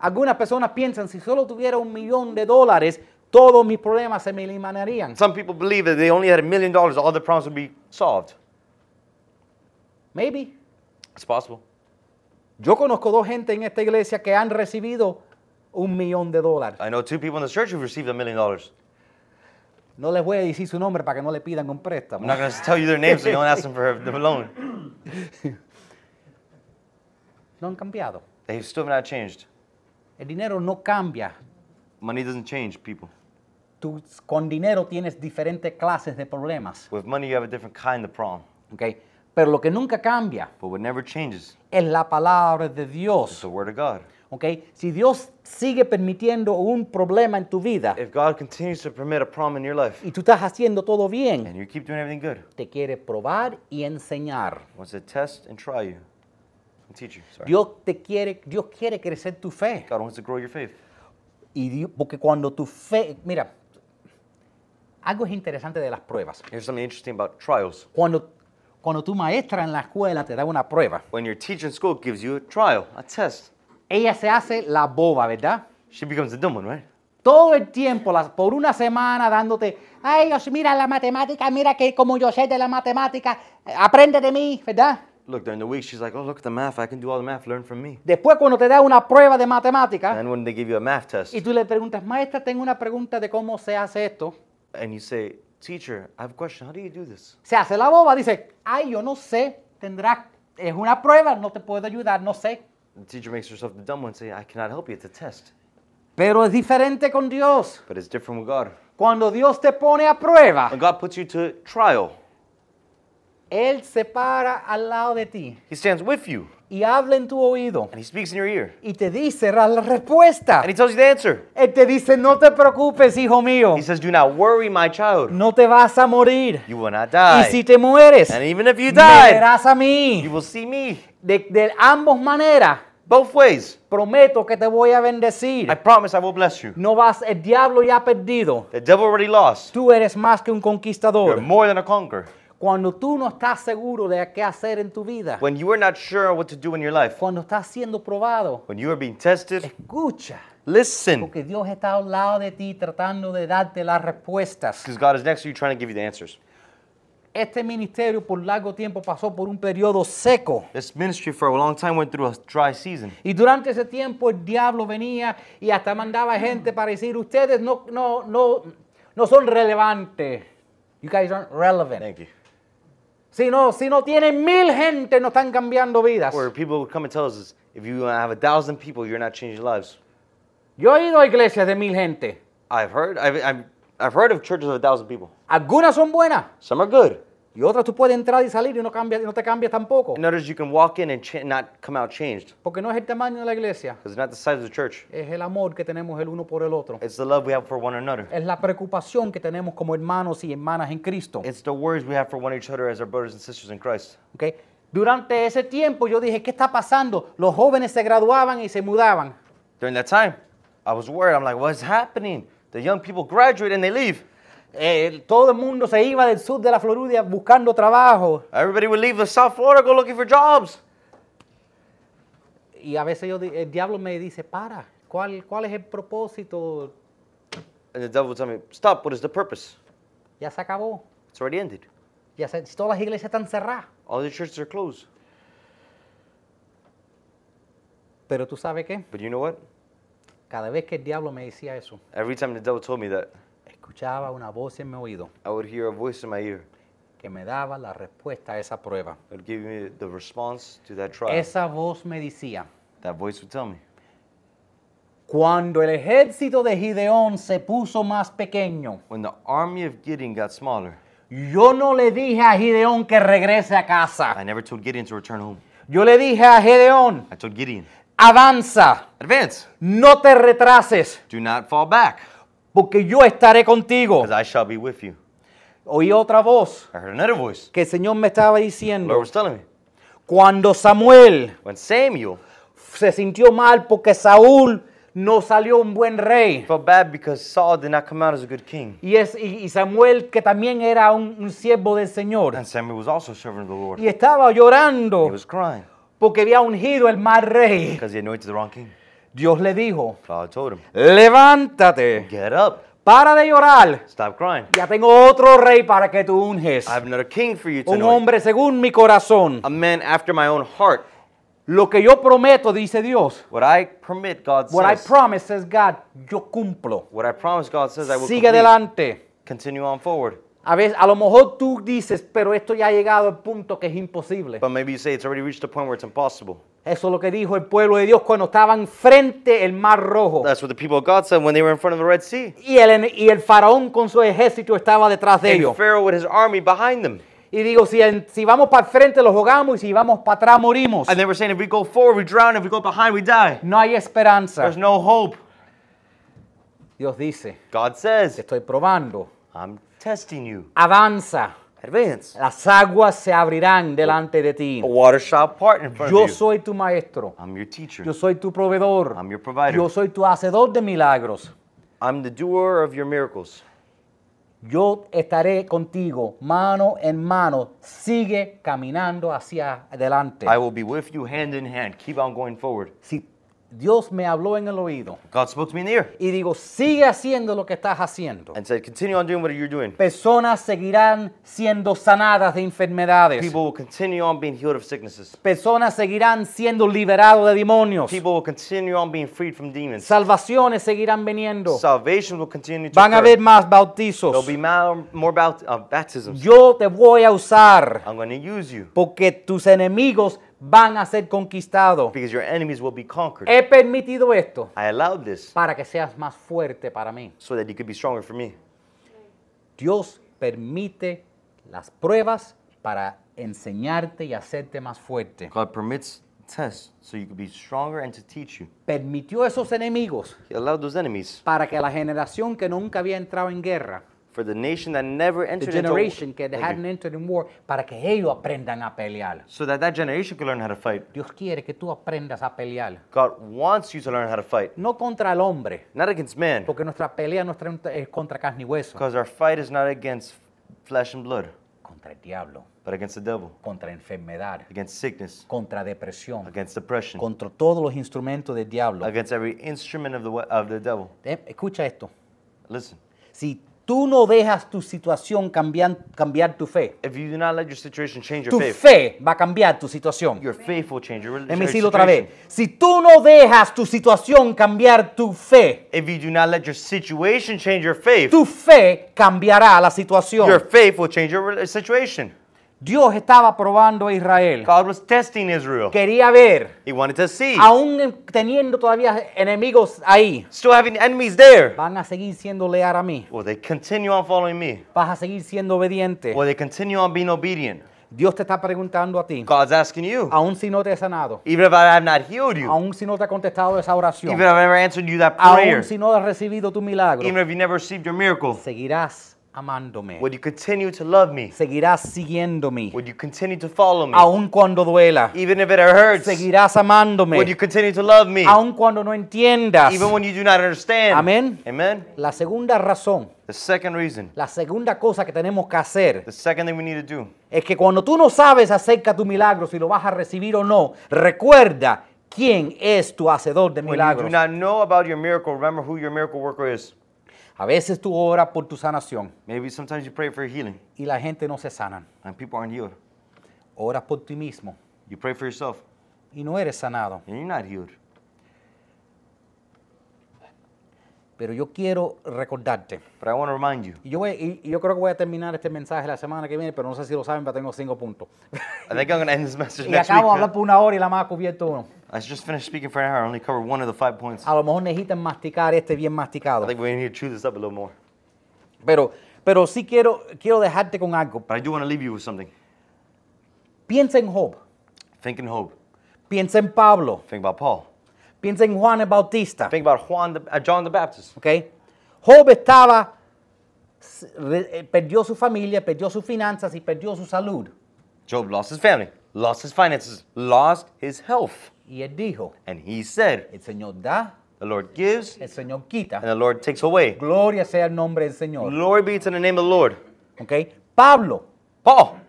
algunas personas piensan si solo tuviera un millón de dólares, todos mis problemas se me eliminarían. Some people believe that they only had a million dollars, all their problems would be solved. Maybe. It's possible. Yo conozco dos gente en esta iglesia que han recibido un millón de dólares. I know two people in the church who've received a million dollars. No les voy a decir su nombre para que no le pidan un I'm préstamo. not going to tell you their names, so you don't ask them for the loan. No han cambiado. They've still not changed. El dinero no cambia. Money doesn't change people. Tú con dinero tienes diferentes clases de problemas. With money, you have a different kind of problem. ¿ok? Pero lo que nunca cambia But what never changes es la palabra de is Dios. the word of God. ¿ok? Si Dios sigue permitiendo un problema en tu vida If God continues to permit a problem in your life, y tú estás haciendo todo bien, and you keep doing everything good, te quiere probar y enseñar. He wants to test and try you and teach you. Sorry. Dios te quiere, Dios quiere crecer tu fe. God wants to grow your faith. Y di- porque cuando tu fe, mira, algo es interesante de las pruebas. Here's something interesting about trials. Cuando, cuando tu maestra en la escuela te da una prueba, When your teacher in school gives you a trial, a test, ella se hace la boba, ¿verdad? she becomes a dumb one, right? Todo el tiempo, las- por una semana dándote, ay, Dios, mira la matemática, mira que como yo sé de la matemática, eh, aprende de mí, ¿verdad? Look, during the week, she's like, oh, look at the math. I can do all the math. Learn from me. Después cuando te da una prueba de matemática And when they give you a math test, y tú le preguntas, maestra, tengo una pregunta de cómo se hace esto, and you say, teacher, I have a question. How do you do this? se hace la boba, dice, ay, yo no sé, tendrás, es una prueba, no te puedo ayudar, no sé. The teacher makes herself the dumb one, saying, I cannot help you. It's a test. Pero es diferente con Dios. But it's different with God. Cuando Dios te pone a prueba, When God puts you to trial, Él se para al lado de ti He stands with you y habla en tu oído and He speaks in your ear y te dice la la respuesta. and He tells you the answer. Él te dice, no te preocupes, hijo mío, He says, Do not worry, my child. no te vas a morir. You will not Y die. si te mueres, And even if me you die, verás a you mí. will see me. De, de ambas maneras, Both ways. prometo que te voy a I bendecir. promise I will bless you. No vas, el diablo ya ha perdido. The devil already lost. Tú eres más que un You're conquistador. more than a conqueror. Cuando tú no estás seguro de qué hacer en tu vida, When you are not sure what to do in your life, cuando estás siendo probado, when you are being tested, escucha, listen. porque Dios está al lado de ti tratando de darte las respuestas. Because God is next to you trying to give you the answers. Este ministerio por largo tiempo pasó por un periodo seco. This ministry for a long time went through a dry season. Y durante ese tiempo el diablo venía y hasta mandaba gente para decir, ustedes no, no, no, no son relevantes. You guys aren't relevant. Thank you. Si no, si no tienen mil gente, no están cambiando vidas. Or people would come and tell us is, if you have a thousand people, you're not changing lives. Yo he ido a iglesias de mil gente. I've heard, I've, I've, I've heard of churches of a thousand people. Algunas son buenas Some are good. y otras tú puedes entrar y salir y no, cambia, no te cambias tampoco. And others you can walk in and cha- not come out changed Porque no es el tamaño de la iglesia, because they're not the size of the church. es el amor que tenemos el uno por el otro. It's the love we have for one another. Es la preocupación que tenemos como hermanos y hermanas en Cristo. It's the words we have for one each other as our brothers and sisters in Christ. ¿ok? Durante ese tiempo yo dije, ¿qué está pasando? Los jóvenes se graduaban y se mudaban. During that time, I was worried. I'm like, what's happening? The young people graduate and they leave. Eh, todo el mundo se iba del sur de la Florida buscando trabajo. Everybody would leave the South Florida, go looking for jobs. Y a veces yo, di- el diablo me dice, para, ¿cuál, cuál es el propósito? And the devil would tell me, stop, what is the purpose? Ya se acabó. It's already ended. Ya se- todas las iglesias están cerradas. All the churches are closed. Pero tú sabes qué? But you know what? Cada vez que el diablo me decía eso, Every time the devil told me that, escuchaba una voz en mi oído I would hear a voice in my ear. que me daba la respuesta a esa prueba. It would give me the response to that trial. Esa voz me decía, That voice would tell me. cuando el ejército de Gideón se puso más pequeño, When the army of Gideon got smaller, Yo no le dije a Gideón que regrese a casa. I never told Gideon to return home. Yo le dije a Gideón, I told Gideon, avanza, advance, no te retrases, do not fall back, porque yo estaré contigo. because I shall be with you. Oí otra voz I heard another voice. que el Señor me estaba The Lord diciendo. was telling me, Cuando Samuel when Samuel se sintió mal porque Saúl no salió un buen rey, felt bad because Saul did not come out as a good king, y, es, y y Samuel que también era un, un siervo del Señor, and Samuel was also serving the Lord, y estaba llorando he was crying porque había ungido el mal rey, because he anointed the wrong king. Dios le dijo, God told him, levántate, get up, para de llorar. stop crying. Ya tengo otro rey para que tú unges. I have another king for you to Un anoint. Oh, hombre según mi corazón. A man after my own heart. Lo que yo prometo, dice Dios. What I permit, God What I says. promise, says God, yo cumplo. what I promise, God says, I will Sigue complete. adelante. Continue on forward. A, veces, a lo mejor tú dices, pero esto ya ha llegado al punto que es imposible. But maybe you say it's already reached a point where it's impossible. Eso es lo que dijo el pueblo de Dios cuando estaban frente al Mar Rojo. That's what the people of God said when they were in front of the Red Sea. Y el, y el faraón con su ejército estaba detrás de And ellos. Pharaoh with his army behind them. Y digo, si, en- si vamos para el frente los ahogamos y si vamos para atrás morimos. And they were saying, if we go forward, we drown. If we go behind, we die. No hay esperanza. There's Pues no hope. Dios dice, God says, te estoy probando. I'm testing you. Avanza, Advance. las aguas se abrirán delante de ti. A water shall part in front Yo of you. soy tu maestro, I'm your teacher. yo soy tu proveedor, I'm your provider. yo soy tu hacedor de milagros. I'm the doer of your miracles. Yo estaré contigo, mano en mano. Sigue caminando hacia adelante. I will be with you hand in hand. Keep on going forward. Si Dios me habló en el oído God spoke to me in the ear y digo, sigue haciendo lo que estás haciendo. and said, continue on doing what you're doing. Personas seguirán siendo sanadas de enfermedades. People will continue on being healed of sicknesses. Personas seguirán siendo liberados de demonios. People will continue on being freed from demons. Salvaciones seguirán viniendo. Salvation will continue to Van a occur. haber más There'll bautizos. be ma- more bout- uh, baptisms. Yo te voy a usar I'm going to use you porque tus enemigos van a ser conquistados. because your enemies will be conquered. He permitido esto I allowed this para que seas más fuerte para mí. so that you could be stronger for me. Dios permite las pruebas para enseñarte y hacerte más fuerte. God permits tests so you could be stronger and to teach you. Permitió esos enemigos He allowed those enemies para que la generación que nunca había entrado en guerra, for the nation that never the entered into generation que Thank you. hadn't entered in war, para que ellos aprendan a pelear. so that that generation could learn how to fight. Dios quiere que tú aprendas a pelear, God wants you to learn how to fight, no contra el hombre, not against man, porque nuestra pelea no es contra- es contra carne y hueso, because our fight is not against flesh and blood, contra el diablo, but against the devil, contra enfermedad, against sickness, contra depresión, against depression, contra todos los instrumentos del diablo. against every instrument of the, we- of the devil. Eh, Escucha esto. Listen, Si tú no dejas tu situación cambiar, cambiar tu fe, if you do not let your situation change your tu faith, fe va a cambiar tu situación. your faith will change your rel- Déjame your decirlo otra vez. situation. Si tú no dejas tu situación cambiar tu fe, If you do not let your situation change your faith, tu fe cambiará la situación. your faith will change your rel- situation. Dios estaba probando a Israel. God was testing Israel. Quería ver, He wanted to see. aún en- teniendo todavía enemigos ahí, Still having enemies there. van a seguir siendo leal a mí. Will they continue on following me? Vas a seguir siendo obediente. Will they continue on being obedient? Dios te está preguntando a ti, God's asking you. aún si no te he sanado, Even if I have not healed you, aún si no te ha contestado esa even oración, if I've never answered you that aún prayer, si no has recibido tu even milagro, if you never received your miracle, seguirás amándome, would you continue to love me? seguirás siguiéndome, Would you continue to follow me? aún cuando duela, Even if it hurts, seguirás would you amándome, continue to love me? aún cuando no entiendas. Even when you do not understand. Amén. Amen. La segunda razón, The second reason, la segunda cosa que tenemos que hacer the second thing we need to do, es que cuando tú no sabes acerca de tu milagro, si lo vas a recibir o no, recuerda quién es tu hacedor de when you do milagros. not know about your miracle, remember who your miracle worker is. A veces tú oras por tu sanación Maybe sometimes you pray for healing y la gente no se sanan. and people aren't healed. Oras por ti mismo You pray for yourself y no eres sanado. and you're not healed. Pero yo quiero recordarte. But I want to remind you. Y yo, voy- y- y yo creo que voy a terminar este mensaje la semana que viene, pero no sé si lo saben, pero tengo cinco puntos. I think I'm going to end this message Y next acabo de week. hablar por una hora y la más cubierto uno. I just finished speaking for an hour. I only covered one of the five points. A lo mejor necesitan masticar este bien masticado. I think we need to chew this up a little more. Pero, pero sí quiero, quiero dejarte con algo. But I do want to leave you with something. Piensa en Job, Think in hope. piensa en Pablo, Think about Paul. piensa en Juan el Bautista. Think about Juan the, uh, John the Baptist. ¿ok? Job estaba, s- re- eh, perdió su familia, perdió sus finanzas y perdió su salud. Job lost his family, lost his finances, lost his health. Y él dijo, And he said, el Señor da, The Lord gives el Señor and quita. the Lord takes away. Gloria sea el nombre del Señor. Glory be to the name of the Lord. ¿ok? Pablo Paul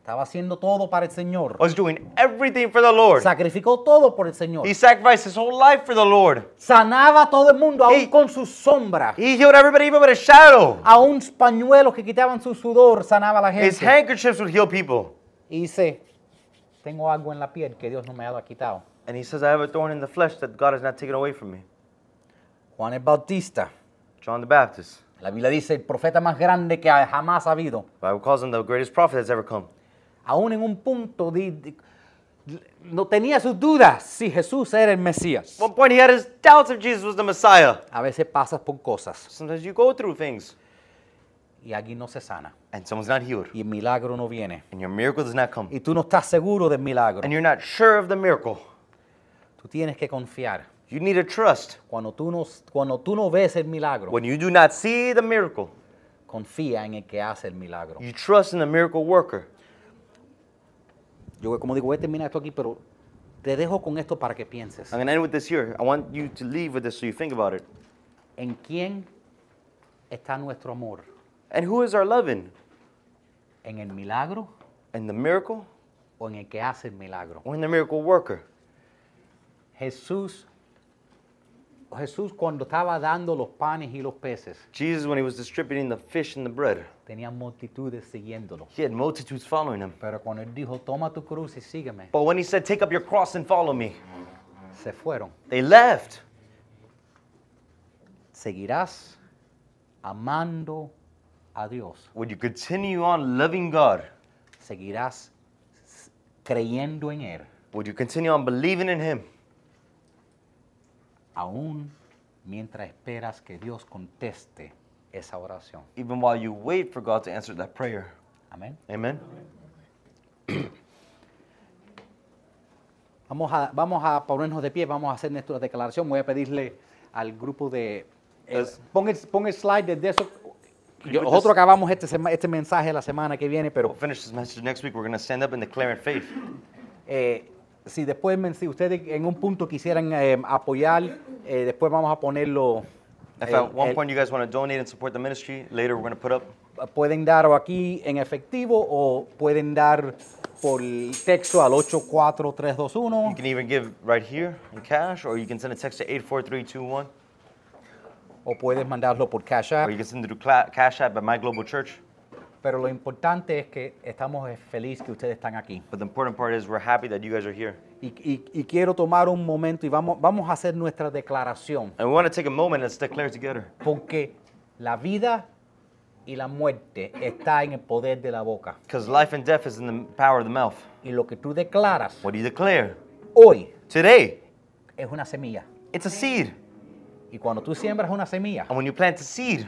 estaba haciendo todo para el Señor. was doing everything for the Lord. Sacrificó todo por el Señor. He sacrificed his whole life for the Lord. Sanaba a todo el mundo, aún He- con su sombra. He healed everybody even with a shadow. Aún pañuelos que quitaban su sudor sanaba a la His gente. handkerchiefs would heal people. Y dice, tengo algo en la piel que Dios no me ha quitado. And he says, I have a thorn in the flesh that God has not taken away from me. Juan el Bautista John the Baptist. La Biblia dice el profeta más grande que ha- jamás ha habido. The Bible calls him the greatest prophet that's ever come. Aún en un punto di- di- no tenía sus dudas si Jesús era el Mesías. At one point, he had his doubts if Jesus was the Messiah. A veces pasas por cosas Sometimes you go through things y alguien no se sana and someone's not healed, y el milagro no viene. and your miracle does not come, Y tú no estás seguro del milagro. and you're not sure of the miracle. Tú tienes que confiar. You need to trust. Cuando tú no, cuando tú no ves el milagro, When you do not see the miracle, confía en el que hace el milagro. you trust in the miracle worker. Yo como digo, voy a terminar esto aquí, pero te dejo con esto para que pienses. I'm going to end with this here. I want you to leave with this so you think about it. ¿En quién está nuestro amor? And who is our love in? ¿En el milagro In the miracle o en el que hace el milagro? or in the miracle worker? Jesús, Jesús cuando estaba dando los panes y los peces, Jesus, when he was distributing the fish and the bread, tenía multitudes siguiéndolo. he had multitudes following him. Pero cuando él dijo, toma tu cruz y sígueme, But when he said, Take up your cross and follow me, se fueron. they left. Seguirás amando a Dios. Would you continue on loving God? Seguirás s- creyendo en Él, Would you continue on believing in him? aún mientras esperas que Dios conteste esa oración. Even while you wait for God to answer that prayer. Amén. Amen. Vamos a, vamos a ponernos de pie, vamos a hacer nuestra declaración. Voy a pedirle al grupo de... eh, Es- pon, el, pon el slide de, de eso. you Yo- put nosotros this- acabamos este, sema- este mensaje la semana que viene, pero We'll finish this message next week. We're going to stand up and declare in faith. eh, si después, men- si ustedes en un punto quisieran eh, apoyar, eh, después vamos a ponerlo... If el- at one el- point you guys want to donate and support the ministry, later we're going to put up pueden dar o aquí en efectivo o pueden dar por texto al You 84321. can even give right here in cash, or you can send a text to 84321, o puedes mandarlo por Cash or App. you can send it to Cla- Cash App at My Global Church. Pero lo importante es que estamos felices que ustedes están aquí. But the important part is we're happy that you guys are here. Y, y- y quiero tomar un momento y vamos, vamos a hacer nuestra declaración. And we want to take a moment, let's declare together. Porque la vida y la muerte está en el poder de la boca. Because life and death is in the power of the mouth. Y lo que tú declaras What do you declare? hoy Today, es una semilla. it's a seed. Y cuando tú siembras una semilla, And when you plant a seed,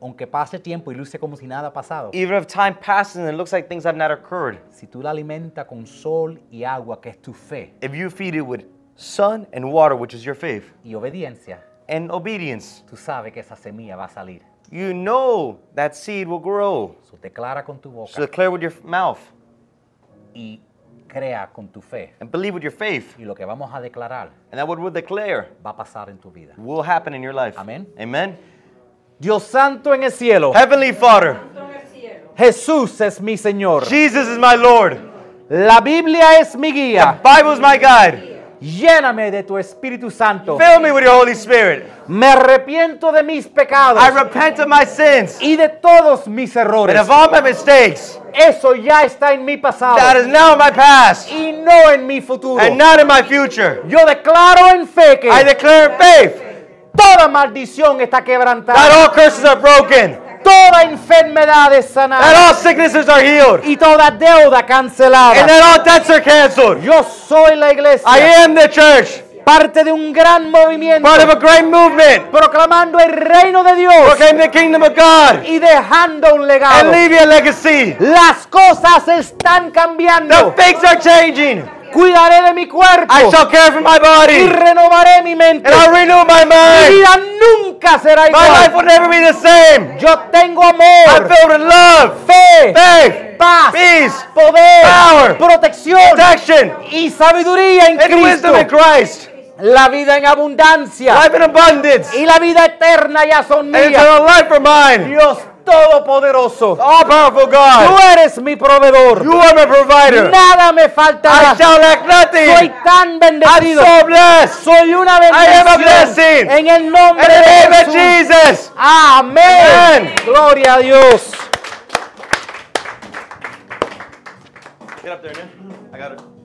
aunque pase tiempo y luce como si nada ha pasado, even if time passes and it looks like things have not occurred, si tú la alimentas con sol y agua, que es tu fe if you feed it with sun and water, which is your faith, y obediencia, and obedience, tú sabes que esa semilla va a salir. you know that seed will grow. So, declara con tu So boca declare with your mouth y crea con tu fe. and believe with your faith. Y lo que vamos a declarar And that what we'll declare va a pasar en tu vida. will happen in your life. Amen. Amen. Dios santo en el cielo, Heavenly Father, Jesús es mi Señor. Jesus is my Lord. La Biblia es mi guía. Bible is my guide. Lléname de tu Espíritu Santo. Fill me with your Holy Spirit. Me arrepiento de mis pecados I repent of my sins y de todos mis and errores. of all my mistakes. Eso ya está en mi pasado That is now my past y no en mi futuro. and not in my future. Yo declaro en fe que I declare in faith toda maldición está that quebrantada, all curses are broken, toda enfermedad es sanada that all sicknesses are healed, y toda deuda cancelada. and that all debts are canceled. Yo soy la iglesia, I am the church, parte de un gran movimiento part of a great movement. proclamando el reino de Dios Proclaim the kingdom of God y dejando un legado. and leave your legacy. Las cosas están The cambiando. things are changing. Cuidaré de mi cuerpo I shall care for my body y and renovaré mi mente. I'll renew my Mi mind. vida nunca será My life igual. will never be the same. Yo tengo I'm amor, filled with love, fe, faith, paz, peace, poder, power, protección protection, y sabiduría en and wisdom in Cristo. Christ. La vida en abundancia Life in abundance. y la vida eterna ya son And mías. eternal life for mine. Dios Todopoderoso, All powerful tú God. eres mi proveedor. You are my provider. Nada me I faltará. shall lack Soy nothing. tan I'm bendecido. so blessed. Soy una am a bendición. blessing. En el In nombre the name de of Jesús. Jesus. Amén. Amén. Gloria a Dios. Get up there, man. I got it.